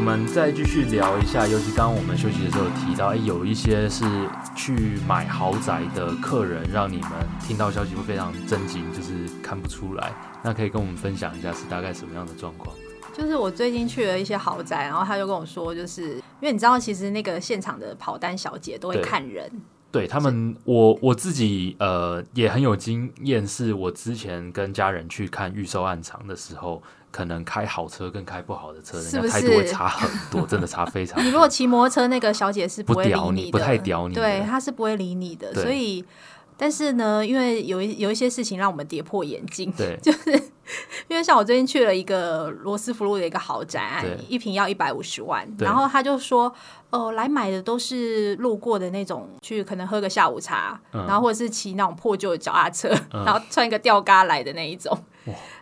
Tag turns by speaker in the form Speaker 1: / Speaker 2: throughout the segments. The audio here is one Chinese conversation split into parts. Speaker 1: 们再继续聊一下，尤其刚刚我们休息的时候有提到，哎，有一些是去买豪宅的客人，让你们听到消息会非常震惊，就是看不出来。那可以跟我们分享一下是大概什么样的状况？
Speaker 2: 就是我最近去了一些豪宅，然后他就跟我说，就是因为你知道，其实那个现场的跑单小姐都会
Speaker 1: 对
Speaker 2: 看人，
Speaker 1: 对他们，我我自己呃也很有经验，是我之前跟家人去看预售案场的时候，可能开好车跟开不好的车，人
Speaker 2: 是
Speaker 1: 家
Speaker 2: 不
Speaker 1: 态度会
Speaker 2: 是
Speaker 1: 差很多，真的差非常
Speaker 2: 你如果骑摩托车，那个小姐是
Speaker 1: 不
Speaker 2: 会理
Speaker 1: 屌你
Speaker 2: 的，
Speaker 1: 不太屌你的
Speaker 2: 对，她是不会理你的。
Speaker 1: 对
Speaker 2: 所以，但是呢，因为有一有一些事情让我们跌破眼镜，
Speaker 1: 对
Speaker 2: 因为像我最近去了一个罗斯福路的一个豪宅啊
Speaker 1: 对，
Speaker 2: 一平要一百五十万，
Speaker 1: 对
Speaker 2: 然后他就说，哦、来买的都是路过的那种，去可能喝个下午茶，
Speaker 1: 嗯
Speaker 2: 然后或者是骑那种破旧的脚踏车，然后穿一个吊嘎来的那一种，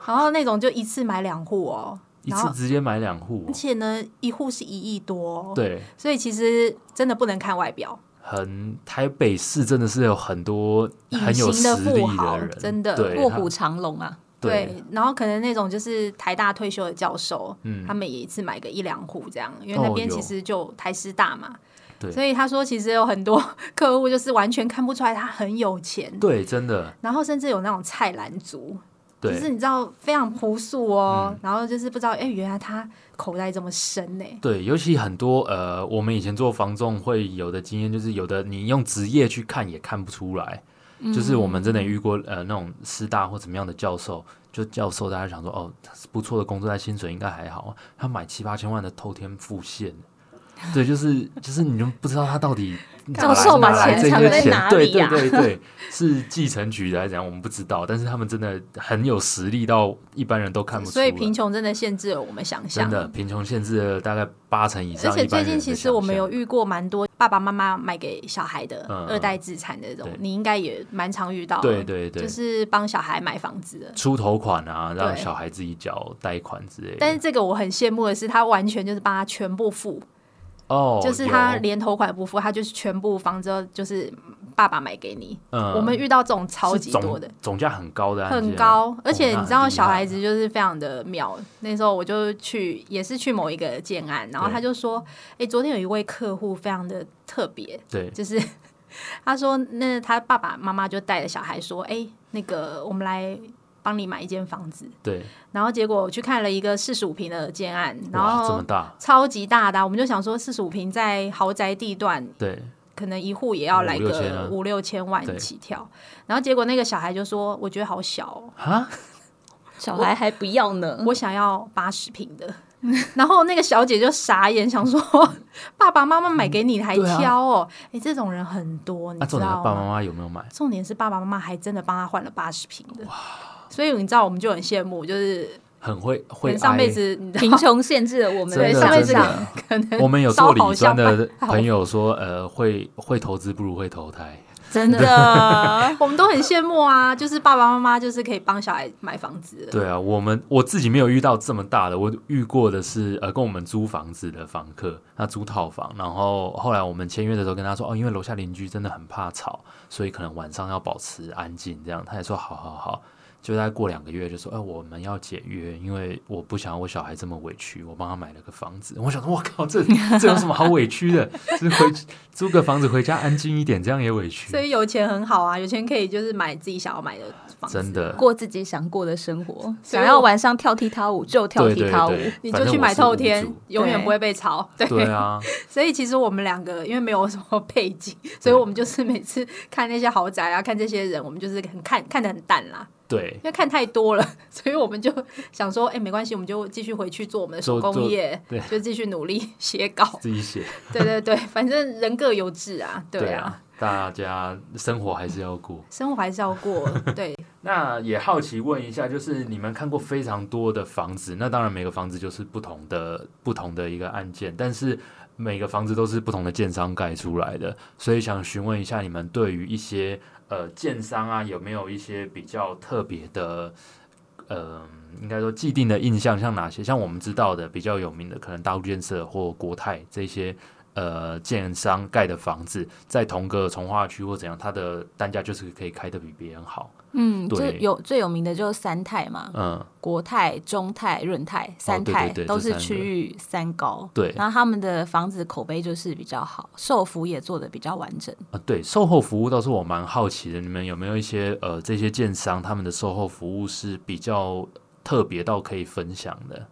Speaker 2: 然后那种就一次买两户哦，
Speaker 1: 一
Speaker 2: 然
Speaker 1: 次
Speaker 2: 后
Speaker 1: 直接买两户
Speaker 2: 而，且呢，一户是一亿多、哦，
Speaker 1: 对，
Speaker 2: 所以其实真的不能看外表，
Speaker 1: 很台北市真的是有很多很
Speaker 2: 隐
Speaker 1: 有
Speaker 2: 形
Speaker 1: 实
Speaker 2: 的
Speaker 1: 力
Speaker 2: 富豪
Speaker 1: 人，，
Speaker 2: 真的
Speaker 1: 对
Speaker 3: 卧
Speaker 1: 他
Speaker 3: 虎藏龙啊，
Speaker 1: 对
Speaker 2: 然后可能那种就是台大退休的教授，
Speaker 1: 嗯
Speaker 2: 他们也一次买个一两户这样，因为
Speaker 1: 哦
Speaker 2: 那边
Speaker 1: 有
Speaker 2: 其实就台师大嘛，
Speaker 1: 对
Speaker 2: 所以他说其实有很多客户就是完全看不出来他很有钱，
Speaker 1: 对，真的
Speaker 2: 然后甚至有那种菜篮族，就
Speaker 1: 对嗯
Speaker 2: 是你知道非常朴素哦，然后就是不知道哎、原来他口袋这么深呢、
Speaker 1: 对，尤其很多呃，我们以前做房仲会有的经验，就是有的你用职业去看也看不出来，
Speaker 2: 嗯
Speaker 1: 就是我们真的遇过呃那种师大或怎么样的教授，就教授大家想说哦，他是不错的工作，他薪水应该还好啊，他买七八千万的偷天付现。对，就是就是，你就不知道他到底
Speaker 3: 教授
Speaker 1: 哪
Speaker 3: 把
Speaker 1: 来
Speaker 3: 钱
Speaker 1: 这
Speaker 3: 藏
Speaker 1: 些
Speaker 3: 在
Speaker 1: 钱，
Speaker 3: 哪
Speaker 1: 对
Speaker 3: 里啊
Speaker 1: 对
Speaker 3: 呀
Speaker 1: 对对，是继承局的还是怎样，我们不知道。但是他们真的很有实力，到一般人都看不出来。
Speaker 2: 所以贫穷真的限制了我们想
Speaker 1: 真
Speaker 2: 象，
Speaker 1: 的贫穷限制了大概八成以
Speaker 2: 而
Speaker 1: 上。
Speaker 2: 且
Speaker 1: 一般
Speaker 2: 最
Speaker 1: 人
Speaker 2: 近
Speaker 1: 的
Speaker 2: 其实
Speaker 1: 想
Speaker 2: 我们
Speaker 1: 象
Speaker 2: 有遇过蛮多爸爸妈妈买给小孩的
Speaker 1: 嗯嗯
Speaker 2: 二代资产的这种，
Speaker 1: 对
Speaker 2: 你应该也蛮常遇到的。
Speaker 1: 对对对，
Speaker 2: 就是帮小孩买房子的。
Speaker 1: 出头款啊，让
Speaker 2: 对
Speaker 1: 小孩自己缴贷款之类的。
Speaker 2: 但是这个我很羡慕的是，他完全就是帮他全部付，
Speaker 1: 哦，
Speaker 2: 就是
Speaker 1: 有
Speaker 2: 他连头款不付，他就是全部房子都就是爸爸买给你。
Speaker 1: 嗯
Speaker 2: 我们遇到这种超
Speaker 1: 是
Speaker 2: 级
Speaker 1: 总
Speaker 2: 多的，
Speaker 1: 总价很高的案件，啊哦
Speaker 2: 很高，而且
Speaker 1: 那
Speaker 2: 你知道
Speaker 1: 很厉
Speaker 2: 小
Speaker 1: 害啊
Speaker 2: 孩子就是非常的妙。那时候我就去，也是去某一个建案，然后
Speaker 1: 对
Speaker 2: 他就说：“哎，昨天有一位客户非常的特别，
Speaker 1: 对
Speaker 2: 就是 他说，那他爸爸妈妈就带着小孩说，哎、那个我们来帮你买一间房子。
Speaker 1: 对，
Speaker 2: 然后结果我去看了一个四十五平的建案，然
Speaker 1: 哇，这么
Speaker 2: 后
Speaker 1: 大，
Speaker 2: 超级大的啊、我们就想说四十五平在豪宅地段，
Speaker 1: 对
Speaker 2: 可能一户也要来
Speaker 1: 五六千啊
Speaker 2: 个五六千
Speaker 1: 对
Speaker 2: 万起跳。然后结果那个小孩就说，我觉得好小、哦，
Speaker 1: 啊，
Speaker 3: 小孩还不要呢。
Speaker 2: 我想要八十平的。 然后那个小姐就傻眼，想说：“ 爸爸妈妈买给你还
Speaker 1: 对啊
Speaker 2: 挑哦？哎、这种人很多，你
Speaker 1: 那
Speaker 2: 知
Speaker 1: 啊重点他
Speaker 2: 道
Speaker 1: 爸
Speaker 2: 吗
Speaker 1: 爸？妈妈有没有买？
Speaker 2: 重点是爸爸妈妈还真的帮他换了八十平的，所以你知道我们就很羡慕，就是
Speaker 1: 很会
Speaker 2: 可
Speaker 1: 会
Speaker 2: 能上辈
Speaker 1: 挨
Speaker 2: 子你知
Speaker 3: 贫
Speaker 2: 道
Speaker 3: 穷限制了我们
Speaker 1: 真
Speaker 2: 对
Speaker 1: 的
Speaker 2: 上辈
Speaker 1: 真
Speaker 2: 子
Speaker 1: 的，
Speaker 2: 可能
Speaker 1: 我们有
Speaker 2: 烧
Speaker 1: 做
Speaker 2: 好
Speaker 1: 理专
Speaker 2: 香
Speaker 1: 的
Speaker 2: 好
Speaker 1: 朋友说，呃，会会投资不如会投胎，
Speaker 3: 真 的
Speaker 2: 我们都很羡慕啊，就是爸爸妈妈就是可以帮小孩买房子的，
Speaker 1: 对啊，我们我自己没有遇到这么大的，我遇过的是呃跟我们租房子的房客，他租套房，然后后来我们签约的时候跟他说，哦，因为楼下邻居真的很怕吵，所以可能晚上要保持安静，这样他也说好好好。就在过两个月就说，哎、我们要解约，因为我不想要我小孩这么委屈，我帮他买了个房子。我想说，我靠， 这这有什么好委屈的？就是回租个房子回家安静一点，这样也委屈
Speaker 2: 所。以有钱很好啊，有钱可以就是买自己想要买的房子，
Speaker 1: 真的，
Speaker 3: 过自己想过的生活，
Speaker 2: 所以
Speaker 3: 想
Speaker 2: 我
Speaker 3: 要晚上跳踢踏舞就跳
Speaker 1: 对
Speaker 3: 踢
Speaker 1: 对
Speaker 3: 踏舞。
Speaker 1: 对，
Speaker 2: 你
Speaker 1: 反
Speaker 2: 就
Speaker 1: 正
Speaker 2: 去
Speaker 1: 我
Speaker 2: 买
Speaker 1: 是
Speaker 2: 透
Speaker 1: 屋
Speaker 2: 天
Speaker 1: 主，
Speaker 2: 永远
Speaker 3: 对
Speaker 2: 不会被吵。对，
Speaker 1: 对 啊，
Speaker 2: 所以其实我们两个因为没有什么 背景，所以我们就是每次看那些豪宅啊，看这些人，我们就是很看看得很淡啦。
Speaker 1: 对
Speaker 2: 因。为看太多了， 所以我们就想说，哎、没关系，我们就继续回去做我们的手
Speaker 1: 做
Speaker 2: 工业
Speaker 1: 做对，
Speaker 2: 就继续努力 写稿。
Speaker 1: 自己写，
Speaker 2: 对对对，反正人各有志啊，对啊，，
Speaker 1: 大家生活还是要过。
Speaker 2: 生活还是要过。对，
Speaker 1: 那也好奇问一下，就是你们看过非常多的房子，那当然每个房子就是不同的不同的一个案件，但是每个房子都是不同的建商盖出来的，所以想询问一下你们对于一些呃建商啊，有没有一些比较特别的呃，应该说既定的印象，像哪些？像我们知道的比较有名的，可能大陆建设或国泰这些呃建商盖的房子，在同个从化区或怎样，它的单价就是可以开的比别人好。
Speaker 3: 嗯，
Speaker 1: 对
Speaker 3: 这有最有名的就是三泰嘛，
Speaker 1: 嗯，
Speaker 3: 国泰、中泰、润泰三
Speaker 1: 哦对
Speaker 3: 泰、
Speaker 1: 对对
Speaker 3: 都
Speaker 1: 这
Speaker 3: 是
Speaker 1: 三个
Speaker 3: 区域三高。
Speaker 1: 对啊、
Speaker 3: 然后他们的房子口碑就是比较好，售服也做的比较完整。
Speaker 1: 呃对，售后服务倒是我蛮好奇的，你们有没有一些呃这些建商他们的售后服务是比较特别到可以分享的？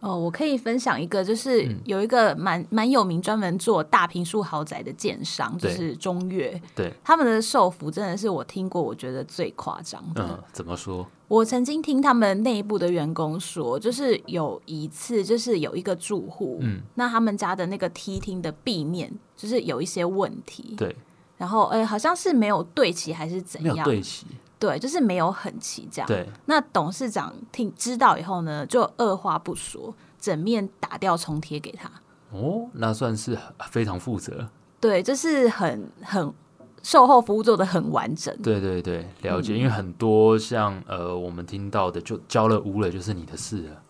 Speaker 3: 哦，我可以分享一个，
Speaker 1: 嗯
Speaker 3: 就是有一个蛮蛮有名，专门做大平数豪宅的建商，就
Speaker 1: 对
Speaker 3: 是中越，
Speaker 1: 对，
Speaker 3: 他们的售服真的是我听过我觉得最夸张的。
Speaker 1: 嗯，怎么说？
Speaker 3: 我曾经听他们内部的员工说，就是有一次，就是有一个住户，
Speaker 1: 嗯，
Speaker 3: 那他们家的那个梯厅的壁面就是有一些问题，
Speaker 1: 对，
Speaker 3: 然后哎、好像是没有对齐还是怎
Speaker 1: 没有
Speaker 3: 样，
Speaker 1: 对齐，
Speaker 3: 对，就是没有很齐这样。
Speaker 1: 对，
Speaker 3: 那董事长听知道以后呢，就二话不说，整面打掉重贴给他。
Speaker 1: 哦，那算是非常负责。
Speaker 3: 对，就是很很售后服务做的很完整。
Speaker 1: 对对对，了
Speaker 3: 嗯
Speaker 1: 解。因为很多像呃，我们听到的，就交了屋了，就是你的事了。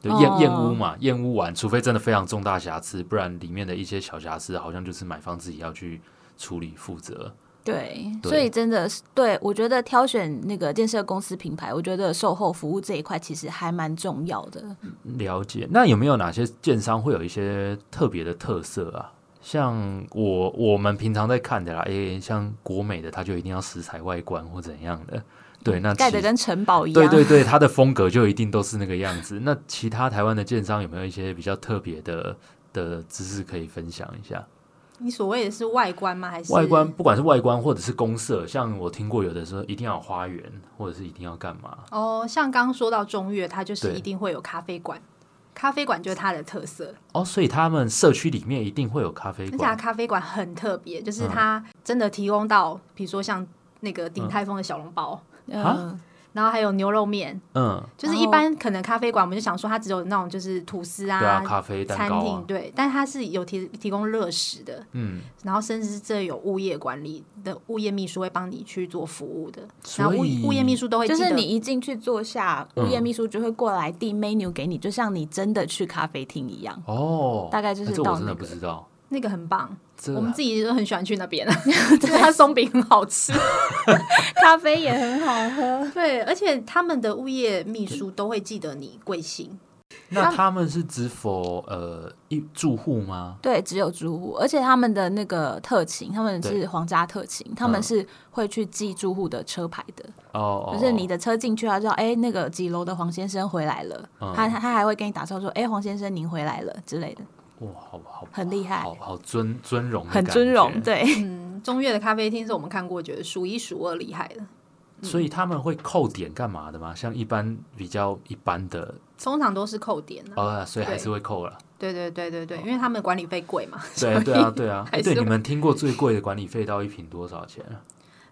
Speaker 1: 对，验验屋
Speaker 3: 哦
Speaker 1: 嘛，验屋完，除非真的非常重大瑕疵，不然里面的一些小瑕疵，好像就是买方自己要去处理负责。
Speaker 3: 对，
Speaker 1: 对
Speaker 3: 所以真的是对我觉得挑选那个建设公司品牌，我觉得售后服务这一块其实还蛮重要的。
Speaker 1: 了解。那有没有哪些建商会有一些特别的特色啊？像我我们平常在看的啦，诶、像国美的，它就一定要石材外观或怎样的。对，那
Speaker 3: 盖
Speaker 1: 其
Speaker 3: 的跟城堡一样。
Speaker 1: 对对对，它的风格就一定都是那个样子。那其他台湾的建商有没有一些比较特别的的知识可以分享一下？
Speaker 2: 你所谓的是外观吗？还是
Speaker 1: 外观，？不管是外观或者是公社，像我听过有的说一定要有花园，或者是一定要干嘛？
Speaker 2: 哦，像刚刚说到中越，它就是
Speaker 1: 对
Speaker 2: 一定会有咖啡馆，咖啡馆就是它的特色，
Speaker 1: 哦，所以他们社区里面一定会有咖啡
Speaker 2: 而且它
Speaker 1: 馆。
Speaker 2: 咖啡馆很特别，就是
Speaker 1: 嗯
Speaker 2: 它真的提供到，比如说像那个鼎泰丰的小笼包，
Speaker 3: 嗯、
Speaker 1: 啊
Speaker 2: 然后还有牛肉面，
Speaker 1: 嗯，
Speaker 2: 就是
Speaker 3: 然
Speaker 2: 一
Speaker 3: 后
Speaker 2: 般可能咖啡馆我们就想说它只有那种就是吐司
Speaker 1: 对啊，咖啡蛋
Speaker 2: 餐
Speaker 1: 糕
Speaker 2: 厅
Speaker 1: 啊，
Speaker 2: 对，但它是有提提供热食的，
Speaker 1: 嗯，
Speaker 2: 然后甚至这有物业管理的物业秘书会帮你去做服务的，然后
Speaker 1: 所
Speaker 2: 物
Speaker 1: 以
Speaker 2: 物业秘书都会记
Speaker 3: 就
Speaker 2: 得
Speaker 3: 是你一进去坐下，物业
Speaker 1: 嗯
Speaker 3: 秘书就会过来递 menu 给你，就像你真的去咖啡厅一样。
Speaker 1: 哦，
Speaker 3: 大概就是
Speaker 1: 哎这我
Speaker 3: 到
Speaker 1: 真的
Speaker 3: 那
Speaker 1: 不
Speaker 3: 个
Speaker 1: 知道。
Speaker 2: 那个很棒，
Speaker 1: 这
Speaker 2: 我们自己都很喜欢去那 边，对，它松饼很好吃，
Speaker 3: 咖啡也很好喝。
Speaker 2: 对，而且他们的物业秘书都会记得你贵姓，
Speaker 1: 那他们是只否呃一住户吗？
Speaker 3: 对，只有住户，而且他们的那个特勤，他们
Speaker 1: 对
Speaker 3: 是皇家特勤，他们
Speaker 1: 嗯
Speaker 3: 是会去记住户的车牌的，
Speaker 1: 哦，哦
Speaker 3: 就是你
Speaker 1: 哦
Speaker 3: 的车进去，他知道，哎、那个几楼的黄先生回来了，
Speaker 1: 嗯
Speaker 3: 他他还会跟你打招呼说，哎、黄先生您回来了之类的，
Speaker 1: 哇，好好
Speaker 3: 很厉害
Speaker 1: 好好尊尊荣的
Speaker 3: 很
Speaker 1: 感
Speaker 3: 尊荣
Speaker 1: 觉，
Speaker 3: 对，
Speaker 2: 嗯，中越的咖啡厅是我们看过觉得数一数二厉害的，
Speaker 1: 所以他们会扣点干嘛的吗？像一般比较一般的，
Speaker 2: 通常都是扣点的、
Speaker 1: 呃，所以还是会扣 了。
Speaker 2: 对对对对对，因为他们管理费贵嘛，
Speaker 1: 对对啊，对啊。
Speaker 2: 还
Speaker 1: 哎，
Speaker 2: 是
Speaker 1: 对，
Speaker 2: 会
Speaker 1: 你们听过最贵的管理费到一瓶多少钱啊？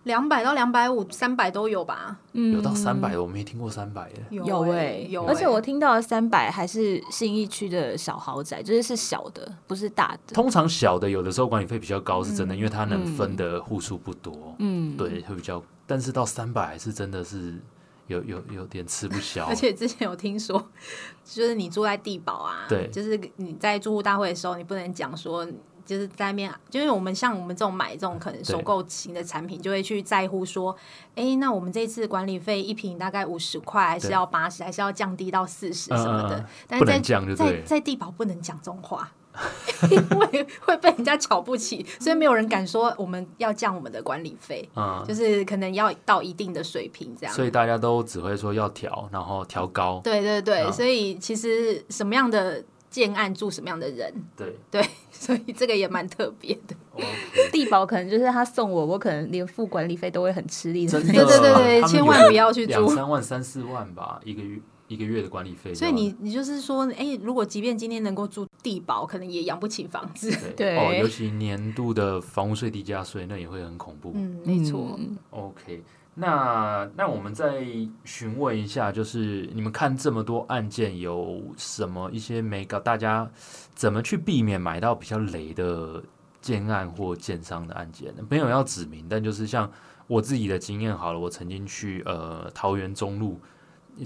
Speaker 2: 两百到两百五、三百都有吧，
Speaker 1: 有到三
Speaker 3: 嗯
Speaker 1: 百，我没听过三百的。
Speaker 2: 有
Speaker 3: 有哎、
Speaker 2: 欸有欸，
Speaker 3: 而且我听到三百还是信义区的小豪宅，就是是小的，不是大的，
Speaker 1: 通常小的有的时候管理费比较高是真
Speaker 2: 嗯
Speaker 1: 的，因为它能分的户数不多，
Speaker 3: 嗯，
Speaker 1: 对，会比较。但是到三百还是真的是有有有点吃不消
Speaker 2: 而。且之前有听说，就是你住在地堡啊，
Speaker 1: 对
Speaker 2: 就是你在住户大会的时候，你不能讲说。就是在面，就是我们像我们这种买这种可能首购型的产品，就会去在乎说，哎、那我们这次管理费一瓶大概五十块，还是
Speaker 1: 对
Speaker 2: 要八十，还是要降低到四十什么的？
Speaker 1: 嗯嗯嗯
Speaker 2: 但
Speaker 1: 不
Speaker 2: 是
Speaker 1: 能
Speaker 2: 在
Speaker 1: 降就对
Speaker 2: 在
Speaker 1: 了
Speaker 2: 在地堡不能讲这种话，因为会被人家瞧不起，所以没有人敢说我们要降我们的管理费，
Speaker 1: 嗯，
Speaker 2: 就是可能要到一定的水平这样。
Speaker 1: 所以大家都只会说要调，然后调高。
Speaker 2: 对对对，
Speaker 1: 嗯
Speaker 2: 所以其实什么样的建案住什么样的人，
Speaker 1: 对哦
Speaker 2: 对，所以这个也蛮特别的。
Speaker 1: 啊，OK，
Speaker 3: 地保可能就是他送我，我可能连付管理费都会很吃力的
Speaker 1: 真
Speaker 3: 那
Speaker 1: 的，
Speaker 3: 种。
Speaker 2: 对对对对
Speaker 1: 他们
Speaker 2: 千
Speaker 1: 有
Speaker 2: 万不要去租
Speaker 1: 两三万、三四万吧，一个月一个月的管理费就
Speaker 2: 所
Speaker 1: 要。
Speaker 2: 以你你就是说，哎，如果即便今天能够住地堡，可能也养不起房子。
Speaker 1: 对
Speaker 3: 对
Speaker 1: 哦，尤其年度的房屋税、地价税，那也会很恐怖。
Speaker 2: 嗯， 没错。
Speaker 3: 嗯
Speaker 1: OK，那那我们再询问一下，就是你们看这么多案件，有什么一些没搞？大家怎么去避免买到比较雷的建案或建商的案件呢？没有要指名，但就是像我自己的经验好了，我曾经去呃桃园中路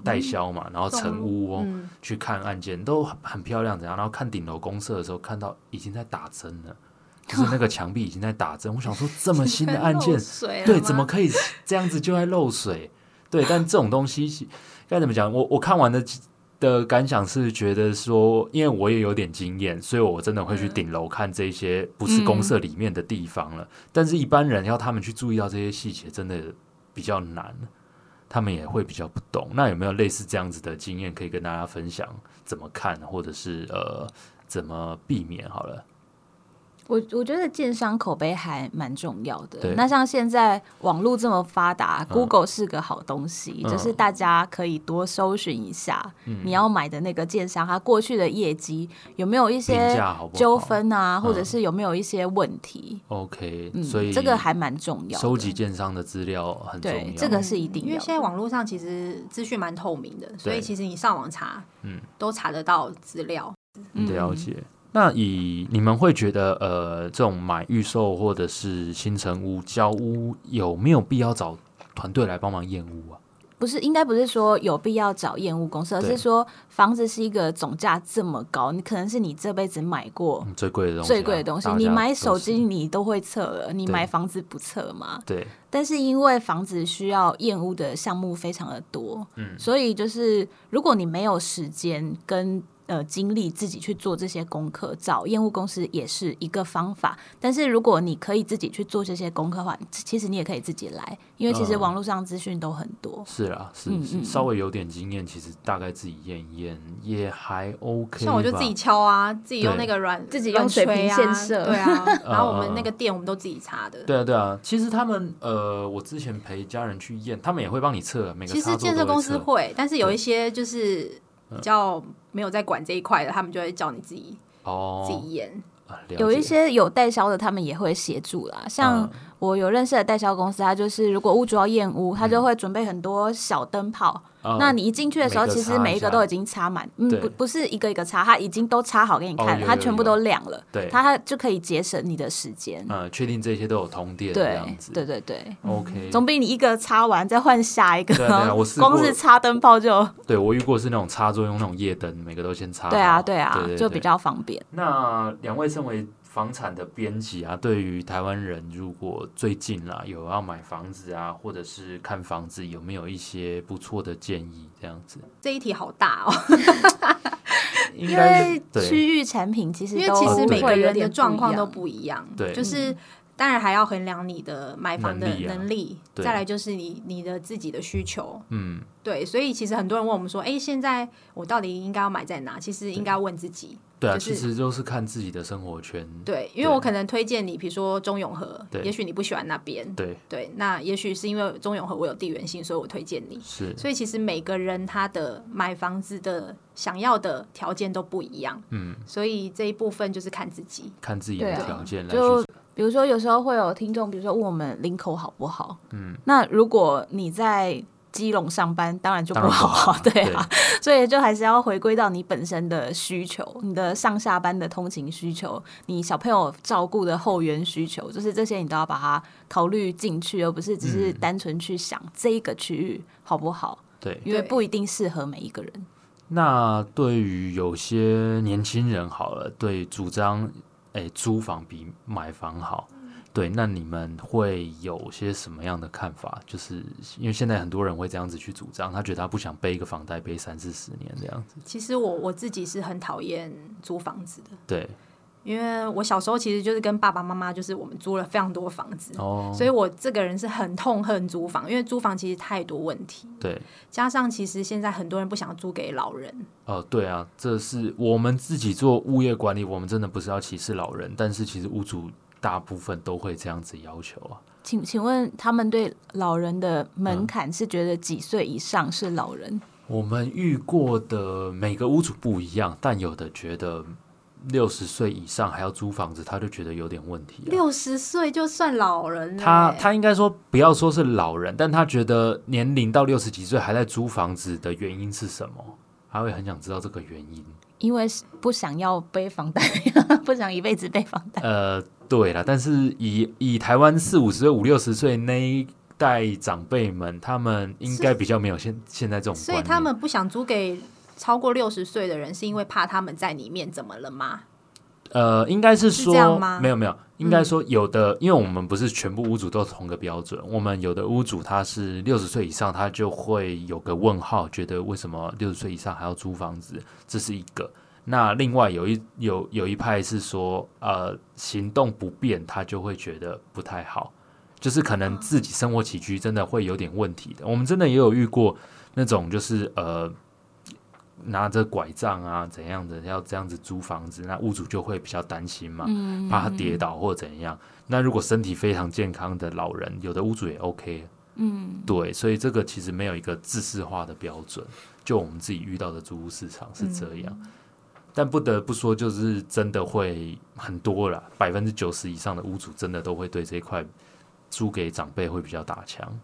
Speaker 1: 代销嘛，然后成屋哦。
Speaker 2: 嗯，
Speaker 1: 去看案件，都很很漂亮，怎样？然后看顶楼公社的时候，看到已经在打针了，就是那个墙壁已经在打针。我想说，这么新的案件
Speaker 2: 漏，
Speaker 3: 哎
Speaker 2: 水了
Speaker 1: 对，
Speaker 2: 吗
Speaker 1: 怎么可以这样子就在漏水？对，但这种东西该怎么讲？我我看完的的感想是觉得说，因为我也有点经验，所以我真的会去顶楼看这些不是公社里面的地方了。但是，一般人要他们去注意到这些细节，真的比较难，他们也会比较不懂。那有没有类似这样子的经验可以跟大家分享？怎么看，或者是呃，怎么避免？好了，
Speaker 3: 我我觉得建商口碑还蛮重要的
Speaker 1: 对。
Speaker 3: 那像现在网络这么发达、
Speaker 1: 嗯
Speaker 3: g o o g l e 是个好东西，
Speaker 1: 嗯
Speaker 3: 就是大家可以多搜寻一下、你要买的那个建商，它过去的业绩有没有一
Speaker 1: 评
Speaker 3: 些
Speaker 1: 价好不好
Speaker 3: 纠纷啊，
Speaker 1: 嗯
Speaker 3: 或者是有没有一些问题？
Speaker 1: OK，、
Speaker 3: 嗯，
Speaker 1: 所以
Speaker 3: 这个还蛮重要的。
Speaker 1: 收集建商的资料很重
Speaker 3: 对
Speaker 1: 要。
Speaker 3: 这个是一定
Speaker 2: 因
Speaker 3: 要
Speaker 2: 为
Speaker 3: 的
Speaker 2: 现在网络上其实资讯蛮透明的，所以
Speaker 1: 对
Speaker 2: 其实你上网查，
Speaker 1: 嗯
Speaker 2: 都查得到资料。
Speaker 3: 嗯
Speaker 1: 了解。那以你们会觉得，呃，这种买预售或者是新城屋、交屋，有没有必要找团队来帮忙验屋啊？
Speaker 3: 不是，应该不是说有必要找验屋公司，而
Speaker 1: 对
Speaker 3: 是说房子是一个总价这么高，你可能是你这辈子买过
Speaker 1: 嗯最贵的东西啊、
Speaker 3: 最贵的东西，
Speaker 1: 大家
Speaker 3: 你买
Speaker 1: 都
Speaker 3: 手机
Speaker 1: 是，
Speaker 3: 你都会测了，你
Speaker 1: 对
Speaker 3: 买房子不测吗？
Speaker 1: 对，
Speaker 3: 但是因为房子需要验屋的项目非常的多，
Speaker 1: 嗯
Speaker 3: 所以就是如果你没有时间跟呃精力自己去做这些功课，找验屋公司也是一个方法。但是如果你可以自己去做这些功课的话，其实你也可以自己来，因为其实
Speaker 1: 嗯
Speaker 3: 网络上资讯都很多。
Speaker 1: 是啦，是
Speaker 3: 嗯
Speaker 1: 是
Speaker 3: 嗯
Speaker 1: 稍微有点经验，其实大概自己验一验也还 OK。
Speaker 2: 像我就自己，敲啊，自己用那个软，
Speaker 3: 自己
Speaker 2: 软
Speaker 3: 用水
Speaker 2: 锤
Speaker 3: 平
Speaker 2: 啊
Speaker 3: 线射
Speaker 2: 对 啊。然后我
Speaker 1: 嗯嗯
Speaker 2: 们
Speaker 1: 嗯
Speaker 2: 那个店我们都自己查的。
Speaker 1: 对啊对啊。其实他们呃，我之前陪家人去验，他们也会帮你测啊，每个
Speaker 2: 其
Speaker 1: 插座
Speaker 2: 实建
Speaker 1: 都
Speaker 2: 设
Speaker 1: 会
Speaker 2: 公司
Speaker 1: 测
Speaker 2: 会，但是有一些就是比较没有在管这一块的，他们就会叫你自己自
Speaker 1: 哦，
Speaker 2: 己验。
Speaker 1: 啊了
Speaker 3: 有一
Speaker 1: 解
Speaker 3: 些有代销的，他们也会协助啦。像
Speaker 1: 嗯
Speaker 3: 我有认识的代销公司，他就是如果屋主要验屋，他就会准备很多小灯泡。
Speaker 1: 嗯
Speaker 3: 那你一进去的时候，
Speaker 1: 每个
Speaker 3: 其
Speaker 1: 插
Speaker 3: 实
Speaker 1: 一
Speaker 3: 每一个
Speaker 1: 下
Speaker 3: 都已经插满，嗯
Speaker 1: 对，
Speaker 3: 不不是一个一个插，他已经都插好给你
Speaker 1: 哦
Speaker 3: 看，
Speaker 1: 有
Speaker 3: 它
Speaker 1: 有
Speaker 3: 全部
Speaker 1: 有
Speaker 3: 都亮了，
Speaker 1: 对
Speaker 3: 它就可以节省你的时间。
Speaker 1: 呃，确定这些都有通电这
Speaker 3: 对
Speaker 1: 样子，
Speaker 3: 对对对，
Speaker 1: ，OK，
Speaker 3: 总比你一个插完再换下一个
Speaker 1: 对啊对啊我，试
Speaker 3: 光
Speaker 1: 过啊
Speaker 3: 是插灯泡就
Speaker 1: 对我遇过是那种插座用那种夜灯，每个都先插好。
Speaker 3: 对啊对啊
Speaker 1: 对对，
Speaker 3: 就比。较方便。
Speaker 1: 那两位身为房产的编辑啊，对于台湾人如果最近啦有要买房子啊，或者是看房子，有没有一些不错的建议？这样子，
Speaker 2: 这一题好大哦，
Speaker 1: 应
Speaker 3: 因
Speaker 1: 该是
Speaker 3: 为
Speaker 1: 对哦
Speaker 3: 区域产品其实
Speaker 2: 因为
Speaker 3: 都
Speaker 2: 其实
Speaker 1: 对
Speaker 2: 每
Speaker 3: 会
Speaker 2: 个
Speaker 3: 有
Speaker 2: 人
Speaker 3: 点
Speaker 2: 的
Speaker 3: 不
Speaker 2: 状
Speaker 3: 一
Speaker 2: 况
Speaker 3: 样嗯
Speaker 2: 都不一样，
Speaker 1: 对
Speaker 2: 就是。当然还要衡量你的买房的
Speaker 1: 能力啊
Speaker 2: 能力，
Speaker 1: 对
Speaker 2: 再来就是你你的自己的需求，
Speaker 1: 嗯，
Speaker 2: 对，所以其实很多人问我们说，哎、现在我到底应该要买在哪？其实应该问自己，
Speaker 1: 对啊，
Speaker 2: 就是
Speaker 1: 其实就是看自己的生活圈。
Speaker 2: 对，因为
Speaker 1: 对
Speaker 2: 我可能推荐你，比如说中永和
Speaker 1: 对，
Speaker 2: 也许你不喜欢那边，
Speaker 1: 对，
Speaker 2: 对，那也许是因为中永和我有地缘性，所以我推荐你。
Speaker 1: 是，
Speaker 2: 所以其实每个人他的买房子的想要的条件都不一样，
Speaker 1: 嗯，
Speaker 2: 所以这一部分就是看自己。
Speaker 1: 看自己的
Speaker 3: 对啊
Speaker 1: 条件来
Speaker 3: 就
Speaker 1: 去。
Speaker 3: 比如说，有时候会有听众，比如说问我们林口好不好？嗯，那如果你在基隆上班，当然就不好啊，
Speaker 1: 当然不好
Speaker 3: 对啊，所以就还是要回归到你本身的需求，你的上下班的通勤需求，你小朋友照顾的后援需求，就是这些你都要把它考虑进去，而不是只是单纯去想这一个区域好不好，
Speaker 1: 对，
Speaker 3: 因为
Speaker 2: 对
Speaker 3: 不一定适合每一个人。
Speaker 1: 那对于有些年轻人好了，对主张诶、租房比买房好，对，那你们会有些什么样的看法？就是因为现在很多人会这样子去主张，他觉得他不想背一个房贷背三四十年这样子，
Speaker 2: 其实我我自己是很讨厌租房子的，
Speaker 1: 对，
Speaker 2: 因为我小时候其实就是跟爸爸妈妈，就是我们租了非常多房子，
Speaker 1: 哦，
Speaker 2: 所以我这个人是很痛恨租房，因为租房其实太多问题，
Speaker 1: 对，
Speaker 2: 加上其实现在很多人不想租给老人，
Speaker 1: 哦、对啊，这是我们自己做物业管理，我们真的不是要歧视老人，但是其实屋主大部分都会这样子要求啊。
Speaker 3: 请请问他们对老人的门槛是觉得几岁以上是老人？
Speaker 1: 我们遇过的每个屋主不一样，但有的觉得六十岁以上还要租房子，他就觉得有点问题、啊。
Speaker 2: 六十岁就算老人了
Speaker 1: 他
Speaker 2: 欸
Speaker 1: 他应该说不要说是老人，但他觉得年龄到六十几岁还在租房子的原因是什么？他会很想知道这个原 因。
Speaker 3: 因为是不想要背房贷， 不想一辈子背房贷。
Speaker 1: 呃，对了，但是以以台湾四五十岁、五六十岁那一代长辈们，他们应该比较没有现现在这种
Speaker 2: 所
Speaker 1: 观
Speaker 2: 以
Speaker 1: 念，
Speaker 2: 他们不想租给超过六十岁的人，是因为怕他们在里面怎么了吗？
Speaker 1: 呃，应该是
Speaker 2: 是
Speaker 1: 说
Speaker 2: 这样吗嗯
Speaker 1: 没有没有，应该说有的，因为我们不是全部屋主都同个标准，我们有的屋主他是六十岁以上，他就会有个问号，觉得为什么六十岁以上还要租房子，这是一个。那另外有一有有一派是说，呃，行动不便，他就会觉得不太好，就是可
Speaker 2: 哦
Speaker 1: 能自己生活起居真的会有点问题的。我们真的也有遇过那种，就是呃，拿着拐杖啊怎样的，要这样子租房子，那屋主就会比较担心嘛，怕他跌倒或怎样。那如果身体非常健康的老人，有的屋主也 OK，嗯，对，所以这个其实没有一个自式化的标准，就我们自己遇到的租屋市场是这样。但不得不说，就是真的会很多啦，百分之九十以上的屋主真的都会对这一块租给长辈会比较打枪。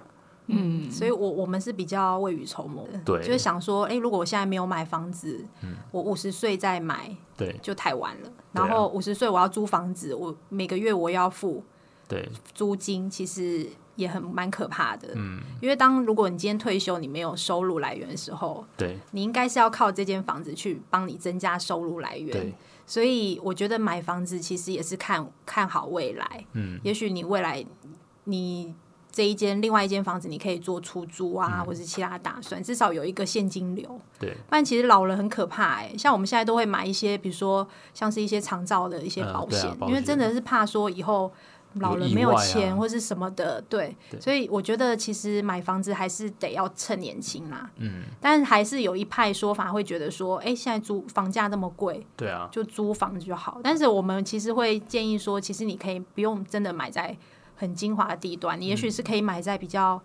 Speaker 3: 嗯，
Speaker 2: 所以我我们是比较未雨绸缪的，
Speaker 1: 对嗯
Speaker 2: 就是想说，哎、如果我现在没有买房子，我五十岁再买
Speaker 1: 对
Speaker 2: 就太晚了。
Speaker 1: 对啊
Speaker 2: 然后五十岁我要租房子，我每个月我要付
Speaker 1: 对
Speaker 2: 租金，其实也很蛮可怕的。嗯，因为当如果你今天退休，你没有收入来源的时候，
Speaker 1: 对
Speaker 2: 你应该是要靠这间房子去帮你增加收入来源
Speaker 1: 对。，
Speaker 2: 所以我觉得买房子其实也是看看好未来。
Speaker 1: 嗯，
Speaker 2: 也许你未来你这一间另外一间房子，你可以做出租
Speaker 1: 嗯
Speaker 2: 啊，或是其他打算，至少有一个现金流。
Speaker 1: 对
Speaker 2: 不然其实老了很可怕哎、像我们现在都会买一些，比如说像是一些长照的一些
Speaker 1: 嗯
Speaker 2: 保
Speaker 1: 对啊
Speaker 2: 险，
Speaker 1: 保
Speaker 2: 因为
Speaker 1: 险
Speaker 2: 真的是怕说以后老了
Speaker 1: 有意
Speaker 2: 没有
Speaker 1: 外啊
Speaker 2: 钱或是什么的，对，所以我觉得其实买房子还是得要趁年轻啦。
Speaker 1: 嗯，
Speaker 2: 但还是有一派说法会觉得说，哎、现在租房价那么贵，
Speaker 1: 对啊，
Speaker 2: 就租房子就好。但是我们其实会建议说，其实你可以不用真的买在很精华的地段，你也
Speaker 3: 嗯
Speaker 2: 许是可以买在比较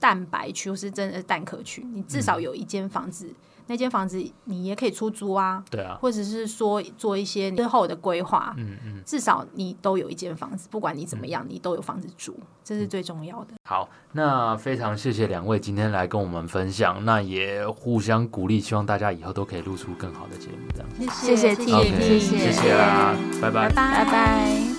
Speaker 2: 蛋白区或是真的蛋壳区，你至
Speaker 3: 嗯
Speaker 2: 少有一间房子，那间房子你也可以出租啊。
Speaker 1: 对啊，
Speaker 2: 或者是说做一些之后的规划，嗯嗯，至少你都有一间房子，不管你怎
Speaker 3: 嗯
Speaker 2: 么样，你都有房子住，这是最重要的。
Speaker 1: 好，那非常谢谢两位今天来跟我们分享，那也互相鼓励，希望大家以后都可以录出更好的节目，这样。
Speaker 3: 谢谢 T，
Speaker 1: OK，
Speaker 3: 谢啊
Speaker 1: 谢
Speaker 3: 谢
Speaker 1: 啦，拜拜
Speaker 2: 拜。
Speaker 3: 拜拜。